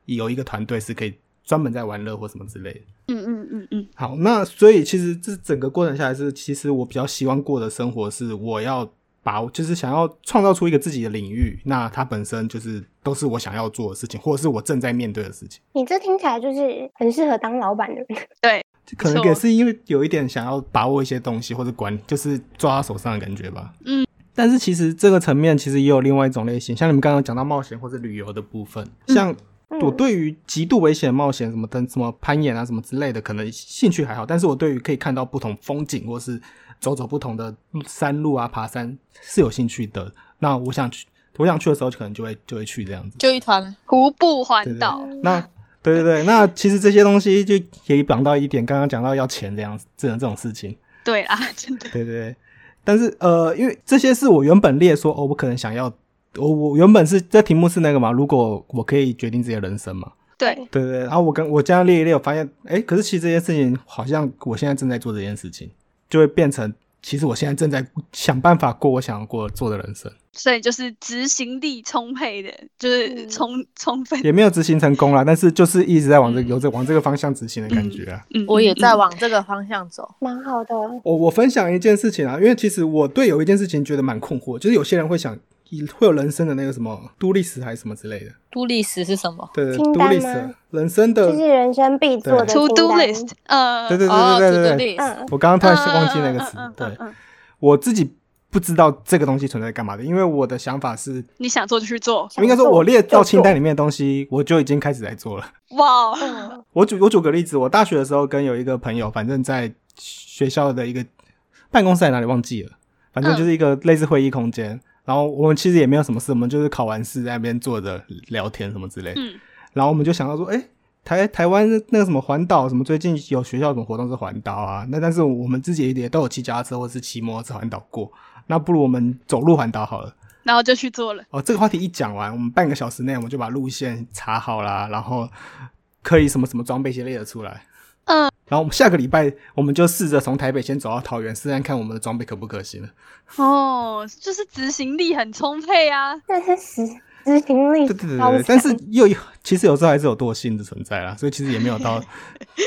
Speaker 3: 有一个团队是可以专门在玩乐或什么之类的。
Speaker 1: 嗯嗯嗯嗯，
Speaker 3: 好，那所以其实这整个过程下来是，其实我比较希望过的生活是，我要把就是想要创造出一个自己的领域，那它本身就是都是我想要做的事情，或者是我正在面对的事情。
Speaker 4: 你这听起来就是很适合当老板的人。
Speaker 3: 可能
Speaker 1: 错
Speaker 3: 也是因为有一点想要把握一些东西或者管，就是抓到手上的感觉吧。
Speaker 1: 嗯。
Speaker 3: 但是其实这个层面其实也有另外一种类型，像你们刚刚讲到冒险或者旅游的部分，像我
Speaker 4: 嗯，
Speaker 3: 对于极度危险的冒险什么登什么攀岩啊什么之类的，可能兴趣还好，但是我对于可以看到不同风景或是走走不同的山路啊爬山是有兴趣的。那我想去，我想去的时候可能就会就会去这样子。
Speaker 5: 就一团了。
Speaker 1: 徒步
Speaker 3: 对对
Speaker 1: 环
Speaker 3: 对
Speaker 1: 岛，
Speaker 3: 那对对对，那其实这些东西就也讲到一点，刚刚讲到要钱这样子这种这种事情，
Speaker 1: 对啦，真的，
Speaker 3: 对对对。但是呃，因为这些是我原本列说哦，我可能想要，我我原本是这题目是那个嘛，如果我可以决定自己的人生嘛，
Speaker 1: 对，
Speaker 3: 对对对。然后我跟我这样列一列，我发现哎，可是其实这件事情好像我现在正在做这件事情，就会变成其实我现在正在想办法过我想要过做的人生，
Speaker 1: 所以就是执行力充沛的，就是
Speaker 4: 嗯
Speaker 1: 充、充分。
Speaker 3: 也没有执行成功啦，但是就是一直在往这
Speaker 1: 嗯
Speaker 3: 有着往这个方向执行的感觉啊。
Speaker 1: 嗯，
Speaker 5: 我也
Speaker 1: 嗯
Speaker 5: 在
Speaker 1: 嗯
Speaker 5: 往这个方向走。
Speaker 4: 蛮好的。
Speaker 3: 我我分享一件事情啊，因为其实我对有一件事情觉得蛮困惑，就是有些人会想，会有人生的那个什么都历史还是什么之类的，
Speaker 5: 杜丽斯是什么？
Speaker 3: 对对，
Speaker 4: 清
Speaker 3: 都
Speaker 4: 单
Speaker 3: 历
Speaker 4: 吗
Speaker 3: 史人生的，
Speaker 4: 就是人生必做的
Speaker 1: To
Speaker 4: 清
Speaker 1: do
Speaker 4: 单
Speaker 1: list，呃，
Speaker 3: 对对对
Speaker 5: 哦
Speaker 3: 对对对
Speaker 5: to do
Speaker 3: 对，
Speaker 5: list
Speaker 4: 嗯，
Speaker 3: 我刚刚突然是忘记那
Speaker 1: 嗯
Speaker 3: 个
Speaker 1: 嗯
Speaker 3: 词
Speaker 1: 嗯，嗯嗯
Speaker 3: 对
Speaker 1: 嗯
Speaker 3: 我自己不知道这个东西存在干嘛的，因为我的想法是，
Speaker 1: 你想做就去做，
Speaker 3: 应该说我列到清单
Speaker 4: 里。
Speaker 3: 里面的东西，我就已经开始在做了。
Speaker 1: 哇、哦
Speaker 4: 嗯
Speaker 3: 我举我举个例子，我大学的时候跟有一个朋友，反正在学校的一个办公室在哪里忘记了，反正就是一个类似会议空间。然后我们其实也没有什么事，我们就是考完试在那边坐着聊天什么之类的。
Speaker 1: 嗯
Speaker 3: 然后我们就想到说，哎、台台湾那个什么环岛，什么最近有学校有什么活动是环岛啊？那但是我们自己也都有骑脚踏车或是骑摩托车环岛过，那不如我们走路环岛好了。
Speaker 1: 然后就去做了，
Speaker 3: 哦，这个话题一讲完，我们半个小时内我们就把路线查好啦，然后可以什么什么装备先列得出来。
Speaker 1: 嗯，
Speaker 3: 然后我们下个礼拜我们就试着从台北先走到桃园，试看看我们的装备可不可行了。
Speaker 1: 哎哦，就是执行力很充沛啊，
Speaker 4: 但是执执行力
Speaker 3: 对对对
Speaker 4: 超
Speaker 3: 对，但是
Speaker 4: 强
Speaker 3: 又其实有时候还是有惰性的存在啦，所以其实也没有
Speaker 1: (laughs)
Speaker 3: 到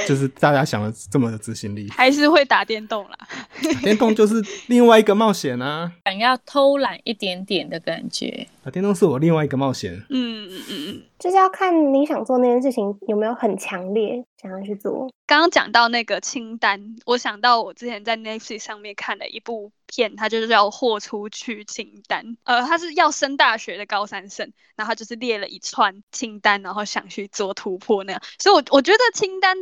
Speaker 3: 就是大家想的这么的执行力。
Speaker 1: 还是会打电动啦。
Speaker 3: 打电动就是另外一个冒险啊，
Speaker 5: 想要偷懒一点点的感觉。
Speaker 3: 打电动是我另外一个冒险。
Speaker 1: 嗯嗯嗯嗯。
Speaker 4: 就是要看你想做那件事情有没有很强烈想要去做。
Speaker 1: 刚刚讲到那个清单，我想到我之前在 Netflix 上面看的一部片，它就是叫《豁出去清单》。呃，他是要升大学的高三生，然后他就是列了一串清单，然后想去做突破那样。所以我，我觉得清单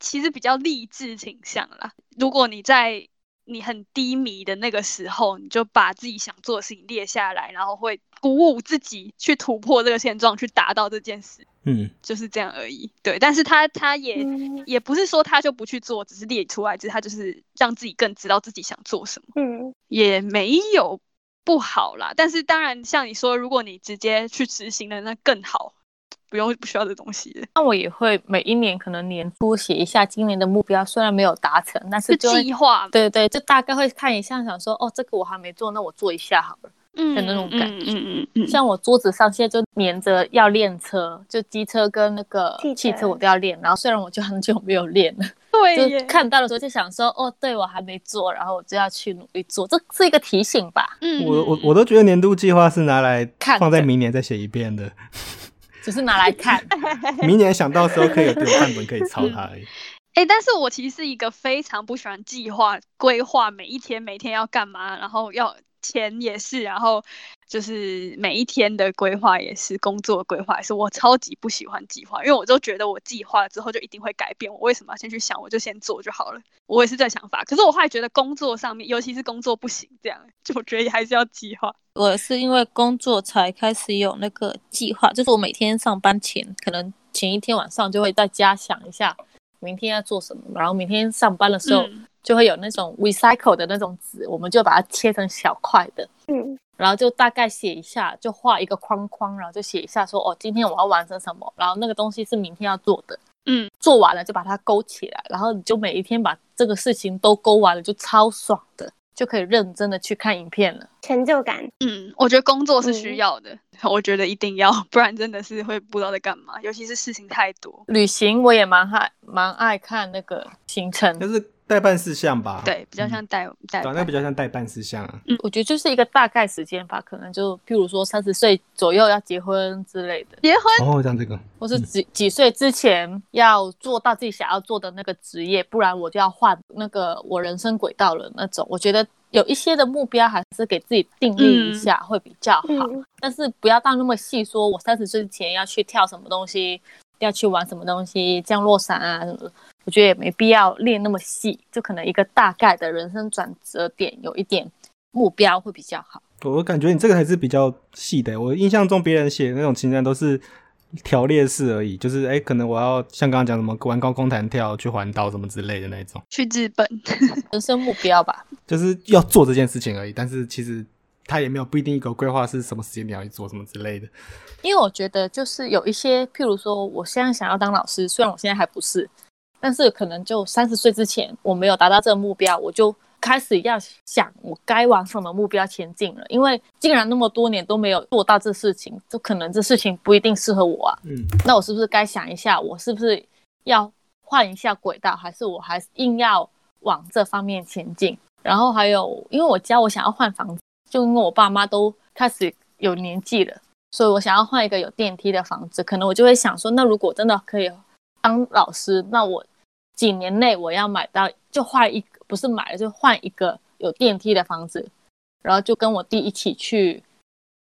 Speaker 1: 其实比较励志倾向啦。如果你在你很低迷的那个时候，你就把自己想做的事情列下来，然后会鼓舞自己去突破这个现状，去达到这件事，
Speaker 3: 嗯，
Speaker 1: 就是这样而已。对，但是他他也。
Speaker 4: 嗯
Speaker 1: 也不是说他就不去做，只是列出来，只是他就是让自己更知道自己想做什么，
Speaker 4: 嗯，
Speaker 1: 也没有不好啦。但是当然，像你说，如果你直接去执行了，那更好，不用不需要这东西了，
Speaker 5: 那我也会每一年可能年初写一下今年的目标，虽然没有达成，但是就会
Speaker 1: 计划，
Speaker 5: 对对，就大概会看一下，想说哦，这个我还没做，那我做一下好了。
Speaker 1: 嗯
Speaker 5: 的那种感
Speaker 1: 觉，嗯嗯嗯嗯，
Speaker 5: 像我桌子上现在就粘着要练车，就机车跟那个
Speaker 4: 汽
Speaker 5: 汽
Speaker 4: 车
Speaker 5: 车我都要练。然后虽然我就很久没有练了，
Speaker 1: 对
Speaker 5: 就
Speaker 1: 耶，
Speaker 5: 看到的时候就想说哦，对我还没做，然后我就要去努力做，这是一个提醒吧。
Speaker 1: 嗯，
Speaker 3: 我我我
Speaker 1: 都
Speaker 3: 都觉得年度计划是拿来
Speaker 5: 看
Speaker 3: 放在
Speaker 5: 着
Speaker 3: 明年再写一
Speaker 1: (laughs)
Speaker 3: 遍的，
Speaker 5: 只是拿来看，
Speaker 3: 明年想到时候可以有有范本可以抄它而已。
Speaker 1: 哎、但是我其实是一个非常不喜欢计划、规划每一天、每天要干嘛，然后要钱也是，然后就是每一天的规划也是，工作的规划也是。我超级不喜欢计划，因为我就觉得我计划了之后就一定会改变，我为什么要先去想？我就先做就好了。我也是这想法，可是我后来觉得工作上面，尤其是工作不行，这样就我觉得还是要计划。
Speaker 5: 我是因为工作才开始有那个计划，就是我每天上班前，可能前一天晚上就会在家想一下明天要做什么，然后明天上班的时候
Speaker 1: 嗯
Speaker 5: 就会有那种 recycle 的那种纸，我们就把它切成小块的，
Speaker 4: 嗯，
Speaker 5: 然后就大概写一下，就画一个框框，然后就写一下说哦，今天我要完成什么，然后那个东西是明天要做的，
Speaker 1: 嗯，
Speaker 5: 做完了就把它勾起来，然后你就每一天把这个事情都勾完了，就超爽的，就可以认真的去看影片了。
Speaker 4: 成就感，
Speaker 1: 嗯，我觉得工作是需
Speaker 4: 嗯
Speaker 1: 要的，我觉得一定要， (laughs) 不然真的是会不知道在干嘛，尤其是事情太多。
Speaker 5: 旅行我也蛮爱蛮爱看那个行程，
Speaker 3: 但是代办事项吧，
Speaker 1: 对，比较像
Speaker 3: 嗯
Speaker 1: 带带
Speaker 3: 对啊，那比较像代办事项啊。
Speaker 5: 我觉得就是一个大概时间吧，可能就譬如说三十岁左右要结婚之类的，
Speaker 1: 结婚，
Speaker 3: 哦，像这个，
Speaker 5: 或是几几岁之前要做到自己想要做的那个职业，不然我就要换那个我人生轨道了那种。我觉得有一些的目标还是给自己定立一下会比较好，
Speaker 4: 嗯，
Speaker 5: 但是不要到那么细，说我三十岁之前要去跳什么东西，要去玩什么东西，降落伞啊什么的。我觉得也没必要练那么细，就可能一个大概的人生转折点有一点目标会比较好。
Speaker 3: 我感觉你这个还是比较细的。欸我印象中别人写的那种清单都是条列式而已，就是哎、诶可能我要像刚刚讲什么玩高空弹跳、去环岛什么之类的那种，
Speaker 1: 去日本， (laughs)
Speaker 5: 人生目标吧，
Speaker 3: 就是要做这件事情而已。但是其实他也没有不一定一个规划是什么时间点要去做什么之类的。
Speaker 5: 因为我觉得就是有一些，譬如说，我现在想要当老师，虽然我现在还不是，但是可能就三十岁之前我没有达到这个目标，我就开始要想我该往什么目标前进了。因为竟然那么多年都没有做到这事情，就可能这事情不一定适合我啊。
Speaker 3: 嗯，
Speaker 5: 那我是不是该想一下，我是不是要换一下轨道，还是我还是硬要往这方面前进？然后还有，因为我家我想要换房子，就因为我爸妈都开始有年纪了，所以我想要换一个有电梯的房子。可能我就会想说，那如果真的可以当老师，那我几年内我要买到就换一不是买了就换一个有电梯的房子，然后就跟我弟一起去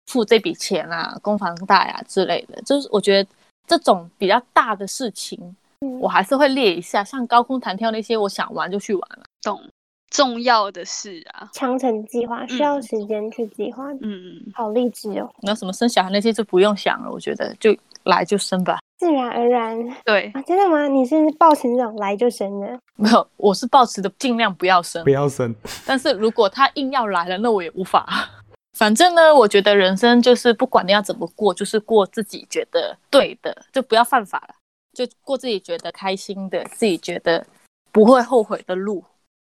Speaker 5: 付这笔钱啊，供房贷啊之类的。就是我觉得这种比较大的事情，我还是会列一下，像高空弹跳那些，我想玩就去玩了。
Speaker 1: 懂重要的事啊，
Speaker 4: 长程计划需要时间去计划，
Speaker 1: 嗯，
Speaker 4: 好励志哦，
Speaker 5: 那什么生小孩那些就不用想了，我觉得就来就生吧。
Speaker 4: 自然而然
Speaker 1: 对，
Speaker 4: 啊，真的吗？你是抱持那种来就生的，
Speaker 5: 没有，我是抱持的尽量不要生
Speaker 3: 不，要生，
Speaker 5: 但是如果他硬要来了，那我也无法。 (laughs) 反正呢，我觉得人生就是不管你要怎么过，就是过自己觉得对的，就不要犯法了，就过自己觉得开心的，自己觉得不会后悔的路。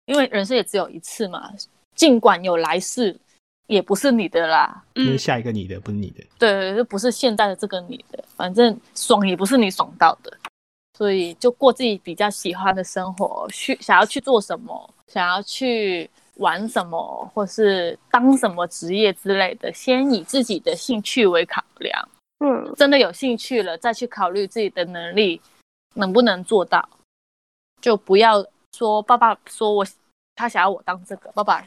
Speaker 5: 因为人生也只有一次嘛，尽管有来世，也不是你的啦。
Speaker 3: 因为
Speaker 1: 嗯，
Speaker 3: 下一个你的不是你的。
Speaker 5: 对，就不是现在的这个你的，反正爽也不是你爽到的，所以就过自己比较喜欢的生活，去想要去做什么，想要去玩什么，或是当什么职业之类的，先以自己的兴趣为考量，
Speaker 4: 嗯，
Speaker 5: 真的有兴趣了再去考虑自己的能力能不能做到，就不要说爸爸说我他想要我当这个，爸爸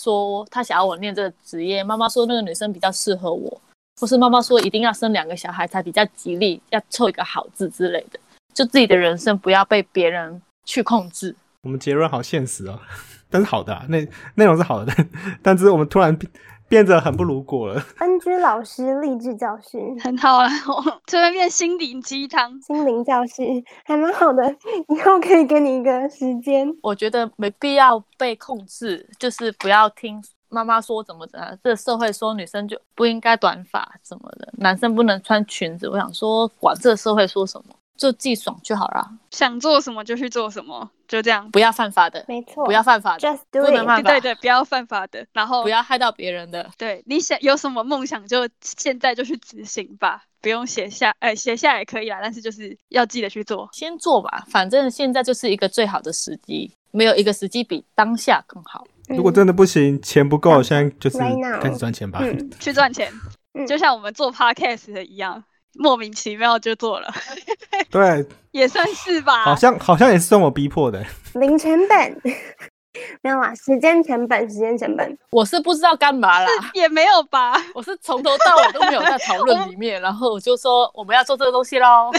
Speaker 5: 说他想要我念这个职业，妈妈说那个女生比较适合我，或是妈妈说一定要生两个小孩才比较吉利，要凑一个好字之类的，就自己的人生不要被别人去控制。
Speaker 3: 我们结论好现实哦， (laughs) 但是好的、啊，内内容是好的，但但只是我们突然变变得很不如果了。
Speaker 4: 恩居老师励志教室。
Speaker 1: 很好啊， (laughs) 我突然变心灵鸡汤，
Speaker 4: 心灵教室还蛮好的，以后可以给你一个时间。
Speaker 5: 我觉得没必要被控制，就是不要听妈妈说怎么怎样。这社会说女生就不应该短发什么的，男生不能穿裙子。我想说，管这社会说什么，就自己爽就好啦，
Speaker 1: 想做什么就去做什么，就这样。
Speaker 5: 不要犯法的，
Speaker 4: 没错，
Speaker 5: 不要犯法的，
Speaker 4: just do
Speaker 5: 不能
Speaker 4: it。
Speaker 5: 犯法
Speaker 1: 对对，不要犯法的，然后
Speaker 5: 不要害到别人的。
Speaker 1: 对你想有什么梦想就现在就去执行吧，不用写下，哎、写下也可以啦，但是就是要记得去做。
Speaker 5: 先做吧，反正现在就是一个最好的时机，没有一个时机比当下更好。
Speaker 3: 如果真的不行，钱不够，现在就是
Speaker 4: 嗯啊 Right now
Speaker 3: 开始赚钱吧。
Speaker 4: 嗯
Speaker 1: 去赚钱，
Speaker 4: 嗯
Speaker 1: 就像我们做 podcast 的一样，莫名其妙就做了，
Speaker 3: (laughs) 对，
Speaker 1: 也算是吧。
Speaker 3: 好像好像也是算我逼迫的。 (laughs)
Speaker 4: 零成本， (laughs) 没有啦，时间成本，时间成本。
Speaker 5: 我是不知道干嘛啦，
Speaker 1: 也没有吧？
Speaker 5: 我是从头到尾都没有在讨论里面，然后我就说我们要做这个东西喽。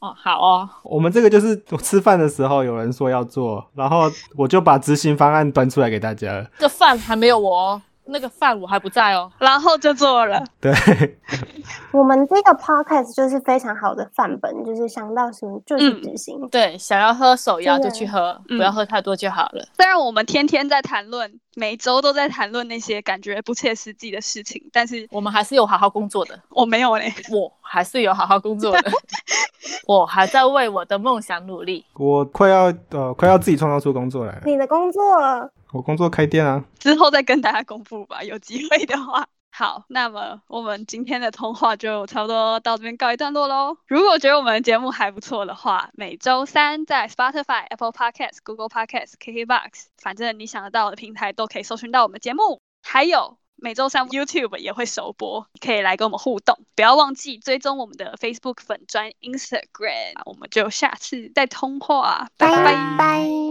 Speaker 5: 哦，好哦，
Speaker 3: 我们这个就是我吃饭的时候有人说要做，然后我就把执行方案端出来给大家了。
Speaker 5: 这饭还没有我哦，那个饭我还不在哦。
Speaker 1: 然后就做了，
Speaker 3: 对，
Speaker 4: 我们这个 podcast 就是非常好的范本，就是想到什么就是
Speaker 1: 嗯
Speaker 4: 执行。
Speaker 5: 对，想要喝手摇就
Speaker 4: 真的
Speaker 5: 去喝，
Speaker 1: 嗯
Speaker 5: 不要喝太多就好了。
Speaker 1: 虽然我们天天在谈论，每周都在谈论那些感觉不切实际的事情，但是
Speaker 5: 我们还是有好好工作的，
Speaker 1: 我没有嘞。
Speaker 5: 我还是有好好工作
Speaker 4: (laughs)
Speaker 5: 的，我还在为我的梦想努力。
Speaker 3: 我快要呃快要自己创造出工作来了，
Speaker 4: 你的工作
Speaker 3: 我工作开店啊，
Speaker 1: 之后再跟大家公布吧，有机会的话。好，那么我们今天的通话就差不多到这边告一段落喽。如果觉得我们的节目还不错的话，每周三在 Spotify、Apple Podcast、Google Podcast、KKBox，反正你想得到的平台都可以搜寻到我们节目。还有每周三 YouTube 也会首播，可以来跟我们互动。不要忘记追踪我们的 Facebook 粉专 Instagram。我们就下次再通话，拜拜
Speaker 4: 拜。